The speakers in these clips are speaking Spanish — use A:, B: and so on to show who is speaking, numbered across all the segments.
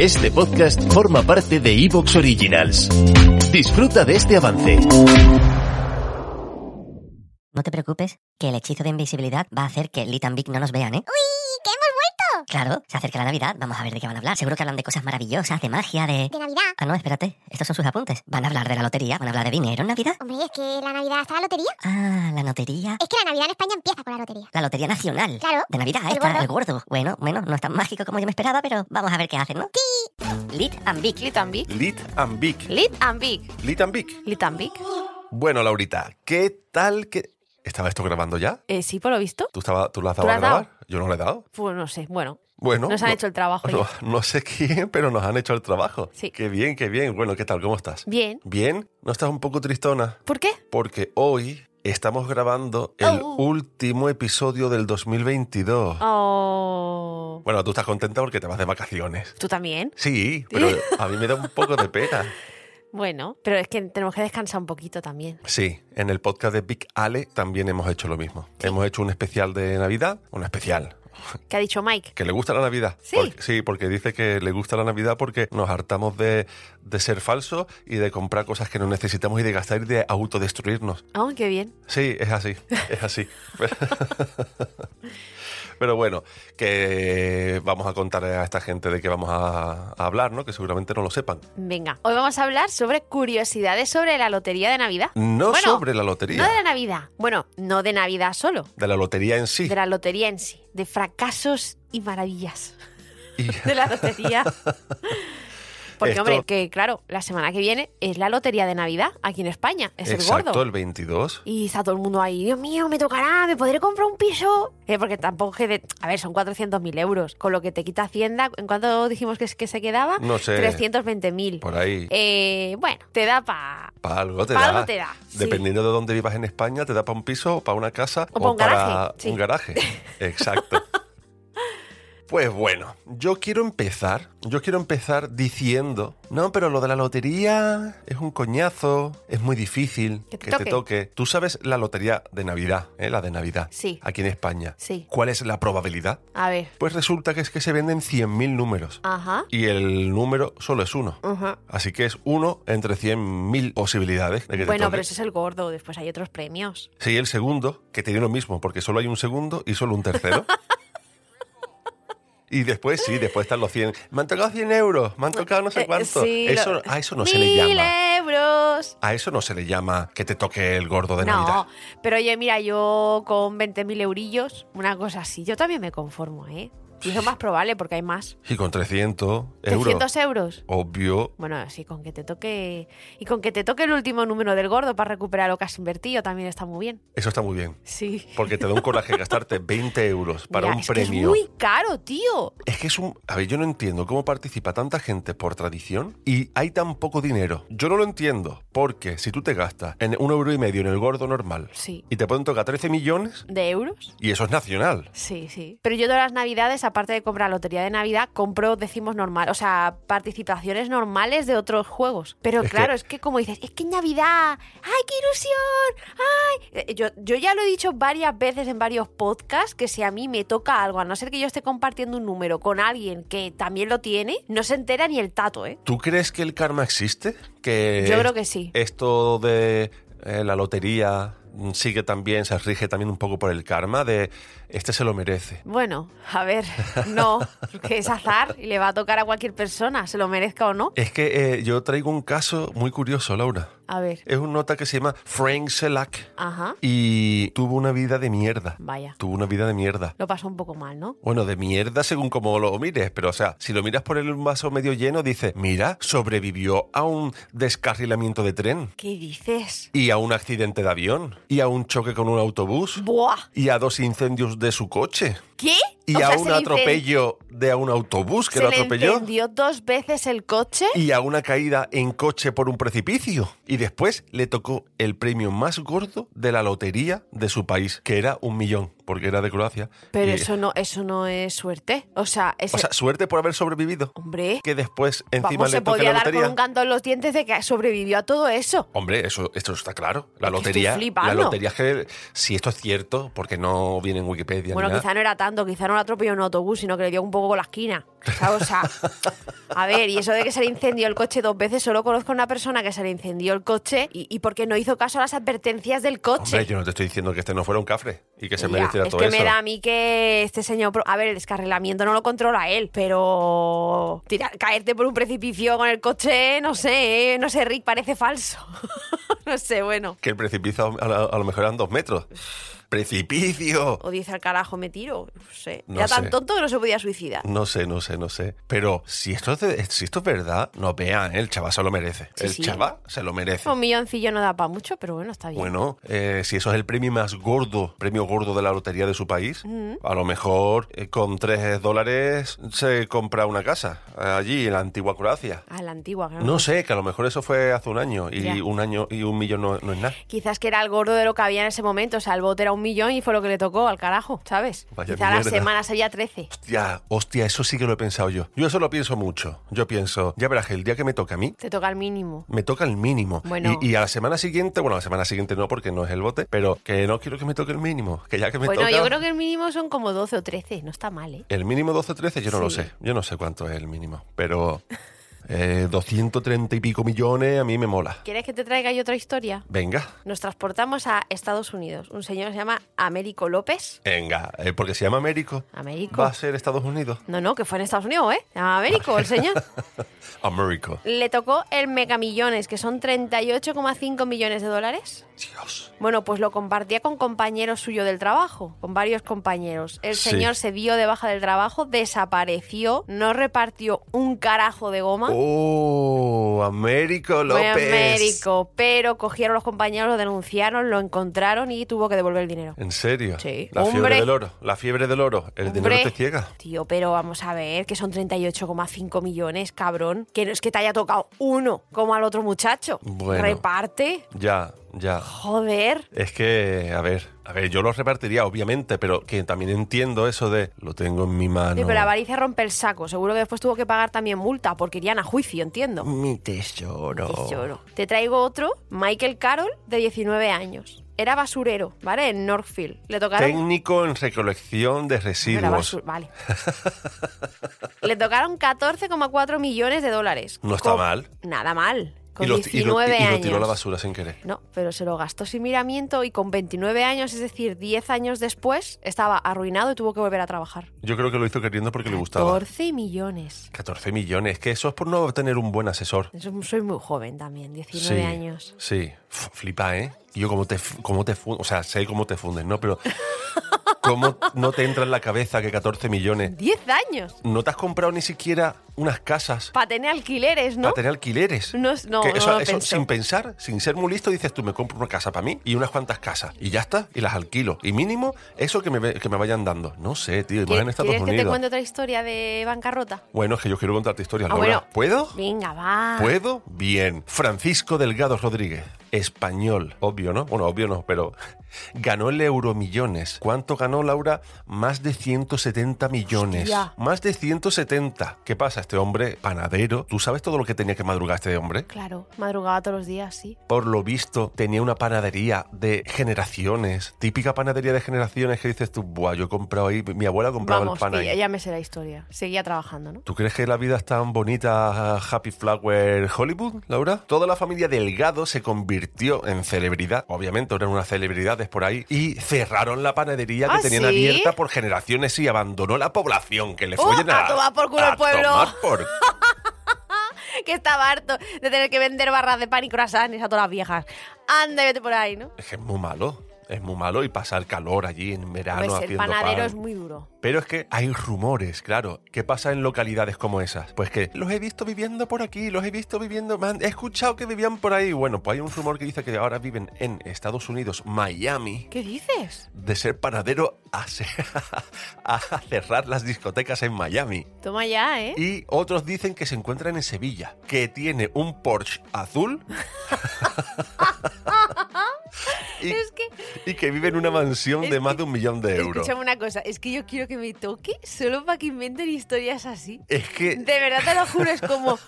A: Este podcast forma parte de Evox Originals. Disfruta de este avance.
B: No te preocupes, que el hechizo de invisibilidad va a hacer que Lit and Big no nos vean, ¿eh?
C: ¡Uy! ¡Que hemos vuelto!
B: Claro, se acerca la Navidad, vamos a ver de qué van a hablar. Seguro que hablan de cosas maravillosas, de magia, de...
C: De Navidad.
B: Ah, no, espérate, estos son sus apuntes. Van a hablar de la lotería, van a hablar de dinero en Navidad.
C: Hombre, es que la Navidad está la lotería.
B: Ah, la lotería.
C: Es que la Navidad en España empieza con la lotería.
B: La lotería nacional.
C: Claro.
B: De Navidad,
C: El
B: esta,
C: gordo.
B: el gordo. Bueno, bueno, no es tan mágico como yo me esperaba, pero vamos a ver qué hacen, ¿no? Sí. Lit and Big.
D: Lit and Big.
E: Lit and Big.
D: Lit and Big.
E: Lit and Big.
D: Lit and Big.
E: Bueno, Laurita, ¿qué tal que...? ¿Estaba esto grabando ya?
D: Eh, sí, por lo visto.
E: ¿Tú, estaba, tú lo has
D: ¿Tú
E: dado
D: lo
E: a
D: has dado?
E: grabar? Yo no lo he dado.
D: Pues no sé. Bueno,
E: Bueno.
D: nos han hecho el trabajo.
E: no,
D: ya.
E: no sé quién, pero nos han hecho el trabajo.
D: Sí.
E: Qué bien, qué bien. Bueno, ¿qué tal? ¿Cómo estás?
D: Bien.
E: ¿Bien? ¿No estás un poco tristona?
D: ¿Por qué?
E: Porque hoy estamos grabando el
D: Oh.
E: último episodio del 2022.
D: Ah. Oh.
E: Bueno, tú estás contenta porque te vas de vacaciones.
D: ¿Tú también?
E: Sí, pero a mí me da un poco de pena.
D: Bueno, pero es que tenemos que descansar un poquito también.
E: Sí, en el podcast de Big Ale también hemos hecho lo mismo. Hemos hecho un especial de Navidad, un especial.
D: ¿Qué ha dicho Mike?
E: Que le gusta la Navidad.
D: Sí.
E: Porque, sí, porque dice que le gusta la Navidad porque nos hartamos de, de ser falsos y de comprar cosas que no necesitamos y de gastar y de autodestruirnos.
D: Oh, qué bien.
E: Sí, es así, es así. Pero- Pero bueno, que vamos a contar a esta gente de qué vamos a, a hablar, ¿no? Que seguramente no lo sepan.
D: Venga, hoy vamos a hablar sobre curiosidades sobre la lotería de Navidad.
E: No
D: Bueno,
E: sobre la lotería,
D: No de la Navidad. Bueno, no de Navidad solo.
E: de la lotería en sí.
D: De la lotería en sí. De fracasos y maravillas.
E: Y-
D: de la lotería. Porque,
E: Esto-
D: hombre, que claro, la semana que viene es la lotería de Navidad aquí en España. Es el
E: Exacto,
D: gordo.
E: el 22.
D: Y está todo el mundo ahí, Dios mío, me tocará, me podré comprar un piso. Eh, porque tampoco es que de. A ver, son 400.000 euros. Con lo que te quita Hacienda, ¿en cuánto dijimos que, es- que se quedaba?
E: No sé.
D: 320.000.
E: Por ahí.
D: Eh, bueno, te da para.
E: Para algo te
D: pa'
E: da.
D: algo te da, sí.
E: Dependiendo de dónde vivas en España, te da para un piso, para una casa
D: O pa' un
E: para
D: garaje, sí.
E: un garaje. Exacto. Pues bueno, yo quiero empezar, yo quiero empezar diciendo, no, pero lo de la lotería es un coñazo, es muy difícil
D: Que te
E: te
D: toque.
E: toque. Tú sabes la lotería de Navidad, ¿eh? la de Navidad,
D: Sí.
E: aquí en España.
D: Sí.
E: ¿Cuál es la probabilidad?
D: A ver.
E: Pues resulta que es que se venden 100.000 números
D: Ajá.
E: y el número solo es uno.
D: Ajá.
E: Así que es uno entre 100.000 posibilidades de que te
D: Bueno,
E: toque.
D: pero eso es el gordo. Después hay otros premios.
E: Sí, el segundo, que tiene lo mismo, porque solo hay un segundo y solo un tercero. y después, sí, después están los 100. Me han tocado 100 euros, me han tocado no sé
D: Eh,
E: cuánto.
D: sí,
E: eso,
D: lo-
E: A eso no se le llama.
D: ¡Mil euros!
E: A eso no se le llama que te toque el gordo de Navidad.
D: No, pero oye, mira, yo con 20.000 eurillos, una cosa así, yo también me conformo, ¿eh? Y eso es más probable porque hay más.
E: Y con 300 euros.
D: 300 euros.
E: Obvio.
D: Bueno, sí, con que te toque. Y con que te toque el último número del gordo para recuperar lo que has invertido también está muy bien.
E: Eso está muy bien.
D: Sí.
E: Porque te da un coraje gastarte 20 euros para
D: Mira,
E: un
D: es que
E: premio.
D: es muy caro, tío.
E: Es que es un... A ver, yo no entiendo cómo participa tanta gente por tradición y hay tan poco dinero. Yo no lo entiendo, porque si tú te gastas en un euro y medio en el gordo normal
D: Sí.
E: y te pueden tocar 13 millones,
D: ¿De euros?
E: y eso es nacional.
D: Sí, sí. Pero yo todas las navidades, aparte de comprar lotería de Navidad, compro, decimos, normal, o sea, participaciones normales de otros juegos. Pero
E: Es que-
D: claro, es que como dices, es que en Navidad, ¡ay, qué ilusión! ¡Ay! Eh, Yo, yo ya lo he dicho varias veces en varios podcasts que si a mí me toca algo, a no ser que yo esté compartiendo un número con alguien que también lo tiene, no se entera ni el tato, ¿eh?
E: ¿Tú crees que el karma existe? Que
D: Yo
E: es-
D: creo que sí.
E: Esto de eh, la lotería mm, sigue también, se rige también un poco por el karma de este se lo merece.
D: Bueno, a ver, no, porque es azar y le va a tocar a cualquier persona, se lo merezca o no.
E: Es que eh, yo traigo un caso muy curioso, Laura.
D: A ver.
E: Es un nota que se llama Frank Selak
D: Ajá.
E: y tuvo una vida de mierda.
D: Vaya.
E: Tuvo una vida de mierda.
D: Lo pasó un poco mal, ¿no?
E: Bueno, de mierda según como lo mires, pero o sea, si lo miras por el vaso medio lleno, dices, mira, sobrevivió a un descarrilamiento de tren,
D: ¿Qué dices?
E: y a un accidente de avión, y a un choque con un autobús,
D: ¡Buah!
E: y a dos incendios de su coche,
D: ¿Qué?
E: y
D: O
E: a
D: sea,
E: un
D: se le
E: atropello de a un autobús
D: incen-
E: que
D: ¿Se
E: lo
D: le
E: atropelló,
D: encendió dos veces el coche?
E: y a una caída en coche por un precipicio. Y después le tocó el premio más gordo de la lotería de su país, que era un millón. porque era de Croacia.
D: Pero
E: y-
D: eso no, eso no es suerte. O sea, ese,
E: O sea, suerte por haber sobrevivido.
D: hombre,
E: Que después encima
D: vamos,
E: le
D: se
E: toque la
D: podía dar con
E: lotería.
D: un canto en los dientes de que sobrevivió a todo eso.
E: Hombre, eso, esto está claro. La
D: Es que estoy
E: lotería. La
D: flipando.
E: lotería es que, si esto es cierto, porque no viene en Wikipedia. ni
D: Bueno,
E: nada.
D: quizá no era tanto, quizá no lo atropelló un autobús, sino que le dio un poco con la esquina. O sea, o sea, a ver, y eso de que se le incendió el coche dos veces, solo conozco a una persona que se le incendió el coche y, y porque no hizo caso a las advertencias del coche.
E: Hombre, yo no te estoy diciendo que este no fuera un cafre y que se
D: Ya,
E: mereciera
D: es
E: todo
D: que
E: eso.
D: me da a mí que este señor... pro- A ver, el descarrilamiento no lo controla él, pero... tirar- caerte por un precipicio con el coche, no sé, eh, no sé, Rick, parece falso. no sé, bueno.
E: Que el precipicio a, lo- a lo mejor eran dos metros. ¡Precipicio!
D: O dice al carajo, me tiro. No sé.
E: No
D: Era
E: sé.
D: tan tonto que no se podía suicidar.
E: No sé, no sé, no sé. Pero si esto es, de- si esto es verdad, no vean, ¿eh? el chaval se lo merece.
D: Sí,
E: el
D: sí.
E: chaval se lo merece.
D: Un milloncillo no da para mucho, pero bueno, está bien.
E: Bueno, eh, si eso es el premio más gordo, premio gordo de la lotería de su país,
D: Mm.
E: a lo mejor eh, con 3 dólares se compra una casa eh, allí en la antigua Croacia.
D: A la antigua, claro.
E: No sé, que a lo mejor eso fue hace un año y
D: Ah. Ya.
E: un año y un millón no, no es nada.
D: Quizás que era el gordo de lo que había en ese momento. O sea, el bote era un millón y fue lo que le tocó al carajo, ¿sabes?
E: Vaya
D: Quizás a las
E: mierda.
D: semanas había 13.
E: Ya, hostia, eso sí que lo he pensado yo. Yo eso lo pienso mucho. Yo pienso, ya verás que el día que me toca a mí,
D: Te toca el mínimo.
E: me toca el mínimo.
D: Bueno.
E: Y, y a la semana siguiente, bueno, a la semana siguiente no porque no es el bote, pero que no quiero que me toque el mínimo, que ya que me
D: Bueno,
E: toca...
D: yo creo que el mínimo son como 12 o 13. No está mal, ¿eh?
E: El mínimo 12 13, yo no lo
D: Sí.
E: sé. Yo no sé cuánto es el mínimo, pero eh, 230 y pico millones a mí me mola.
D: ¿Quieres que te traiga yo otra historia?
E: Venga,
D: Nos transportamos a Estados Unidos. Un señor se llama Américo López.
E: venga, eh, porque se llama Américo.
D: Américo.
E: Va a ser Estados Unidos.
D: No, no, que fue en Estados Unidos, ¿eh? Se llama Américo, el señor.
E: Américo.
D: Le tocó el megamillones, que son 38,5 millones de dólares.
E: Dios.
D: Bueno, pues lo compartía con compañeros suyos del trabajo, con varios compañeros. El
E: Sí.
D: señor se dio de baja del trabajo, desapareció, no repartió un carajo de goma.
E: Oh, Américo
D: ¿Ah? Fue
E: López.
D: a médico, pero cogieron los compañeros, lo denunciaron, lo encontraron y tuvo que devolver el dinero.
E: ¿En serio?
D: Sí.
E: La fiebre
D: Hombre.
E: del oro. La fiebre del oro. El
D: Hombre,
E: dinero te ciega.
D: Tío, pero vamos a ver, que son 38,5 millones, cabrón. Que no es que te haya tocado uno, como al otro muchacho.
E: Bueno.
D: Reparte.
E: Ya, ya.
D: Joder.
E: Es que, a ver, a ver, yo los repartiría, obviamente, pero que también entiendo eso de lo tengo en mi mano.
D: Sí, pero la avaricia rompe el saco. Seguro que después tuvo que pagar también multa porque irían a juicio, entiendo.
E: Mi tesoro.
D: Te lloro. Te traigo otro, Michael Carroll, de 19 años. Era basurero, ¿vale? En Northfield. Le tocaron...
E: Técnico en recolección de
D: Era
E: residuos.
D: basu- Vale. Le tocaron 14,4 millones de dólares.
E: No está
D: Con-
E: mal.
D: Nada mal. Con
E: y, lo, y lo-
D: 19
E: y lo
D: años.
E: tiró a la basura sin querer.
D: No, pero se lo gastó sin miramiento y con 29 años, es decir, 10 años después, estaba arruinado y tuvo que volver a trabajar.
E: Yo creo que lo hizo queriendo porque le gustaba.
D: 14 millones.
E: 14 millones, que eso es por no tener un buen asesor.
D: Eso- Soy muy joven también, 19 años.
E: Sí, F- flipa, ¿eh? Y yo cómo te, f- cómo te fundes, o sea, sé cómo te fundes, ¿no? Pero cómo no te entra en la cabeza que 14 millones.
D: 10 años.
E: No te has comprado ni siquiera unas casas
D: Para tener alquileres, ¿no?
E: para tener alquileres.
D: No, no,
E: Que
D: no
E: eso,
D: lo
E: eso
D: pensé.
E: sin pensar, sin ser muy listo, dices tú, me compro una casa para mí y unas cuantas casas. Y ya está, y las alquilo. Y mínimo, eso que me, ve- que me vayan dando. No sé, tío, y más en
D: ¿Quieres
E: Estados
D: quieres que te
E: Unidos.
D: cuente otra historia de bancarrota?
E: Bueno, es que yo quiero contarte historias,
D: Ah,
E: Laura.
D: bueno.
E: ¿Puedo?
D: Venga, va.
E: ¿Puedo? Bien. Francisco Delgado Rodríguez, español. Obvio, ¿no? Bueno, obvio no, pero ganó el Euromillones. ¿Cuánto ganó Laura? Más de 170 millones.
D: Hostia.
E: Más de 170. ¿Qué pasa? Este hombre, panadero, ¿tú sabes todo lo que tenía que madrugar este hombre?
D: Claro, madrugaba todos los días, sí.
E: Por lo visto, tenía una panadería de generaciones. Típica panadería de generaciones que dices tú, buah, yo he comprado ahí, mi abuela compraba
D: Vamos,
E: el pan
D: que
E: ahí.
D: ya, ya me sé la historia. Seguía trabajando, ¿no?
E: ¿Tú crees que la vida es tan bonita, Happy Flower Hollywood, Laura? Toda la familia Delgado se convirtió en celebridad. Obviamente eran unas celebridades por ahí. Y cerraron la panadería que
D: ¿Ah,
E: tenían
D: sí?
E: abierta por generaciones y abandonó la población. Que le
D: ¡Oh,
E: follen a,
D: a tomar por culo
E: a
D: el pueblo!
E: tomar por-
D: Que estaba harto de tener que vender barras de pan y croissants a todas las viejas. Anda, vete por ahí, ¿no?
E: Es que es muy malo. Es muy malo y pasar calor allí en verano
D: Pues el
E: haciendo
D: panadero
E: pan.
D: es muy duro.
E: Pero es que hay rumores, claro. ¿Qué pasa en localidades como esas? Pues que los he visto viviendo por aquí, los he visto viviendo, man, he escuchado que vivían por ahí. Bueno, pues hay un rumor que dice que ahora viven en Estados Unidos, Miami,
D: ¿Qué dices?
E: de ser panadero a, ser- a cerrar las discotecas en Miami.
D: Toma ya, ¿eh?
E: Y otros dicen que se encuentran en Sevilla, que tiene un Porsche azul y,
D: Es que,
E: y que vive en una mansión
D: Es
E: de
D: que-
E: más de un millón de euros.
D: escúchame una cosa, es que yo quiero que me toque solo para que inventen historias así.
E: Es que
D: De verdad te lo juro, es como.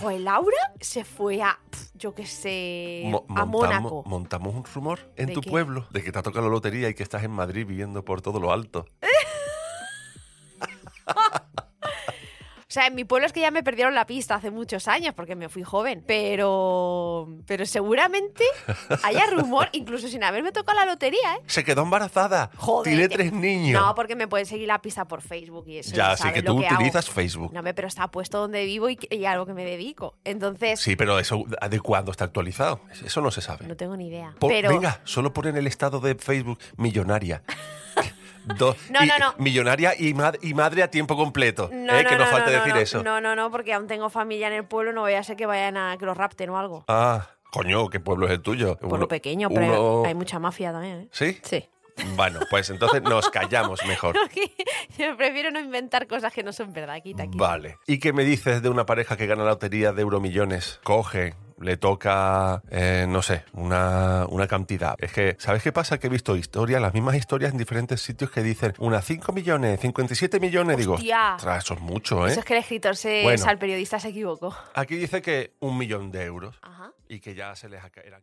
D: Joder, Laura se fue a. pf, Yo qué sé.
E: mo-
D: Eh, a
E: montamos,
D: Mónaco.
E: montamos un rumor en
D: ¿De
E: tu
D: qué?
E: pueblo de que te ha tocado la lotería y que estás en Madrid viviendo por todo lo alto.
D: O sea, en mi pueblo es que ya me perdieron la pista hace muchos años porque me fui joven. Pero. Pero seguramente haya rumor, incluso sin haberme tocado la lotería, ¿eh?
E: Se quedó embarazada.
D: Joder,
E: Tiene
D: que-
E: tres niños.
D: No, porque me pueden seguir la pista por Facebook y eso.
E: ya, así
D: sabes
E: que
D: lo
E: tú
D: hago.
E: utilizas Facebook.
D: No, hombre, pero está puesto donde vivo y, y algo que me dedico. Entonces,
E: Sí, pero eso de cuándo está actualizado. Eso no se sabe.
D: no tengo ni idea.
E: Po-
D: pero
E: Venga, solo ponen el estado de Facebook millonaria. Do-
D: No,
E: y-
D: no, no.
E: Millonaria y, mad- y madre a tiempo completo.
D: No,
E: ¿eh?
D: no,
E: que no,
D: no,
E: falte
D: no,
E: decir
D: no,
E: eso.
D: No, no, no, porque aún tengo familia en el pueblo, no voy a ser que vayan a que los rapten o algo.
E: Ah, coño, ¿qué pueblo es el tuyo?
D: Por
E: Uno-
D: lo pequeño,
E: uno-
D: pero hay mucha mafia también, ¿eh?
E: ¿Sí?
D: Sí.
E: Bueno, pues entonces nos callamos mejor.
D: Yo prefiero no inventar cosas que no son verdad. Quita, quita.
E: Vale. ¿Y qué me dices de una pareja que gana la lotería de euromillones? Coge, le toca, eh, no sé, una, una cantidad. Es que, ¿sabes qué pasa? Que he visto historias, las mismas historias en diferentes sitios que dicen unas 5 millones, 57 millones. Digo,
D: Hostia.
E: ostras, eso es mucho, ¿eh?
D: Eso es que el escritor se,
E: Bueno.
D: o sea, el periodista se equivocó.
E: Aquí dice que un millón de euros
D: Ajá.
E: y que ya se les ha ca- eran-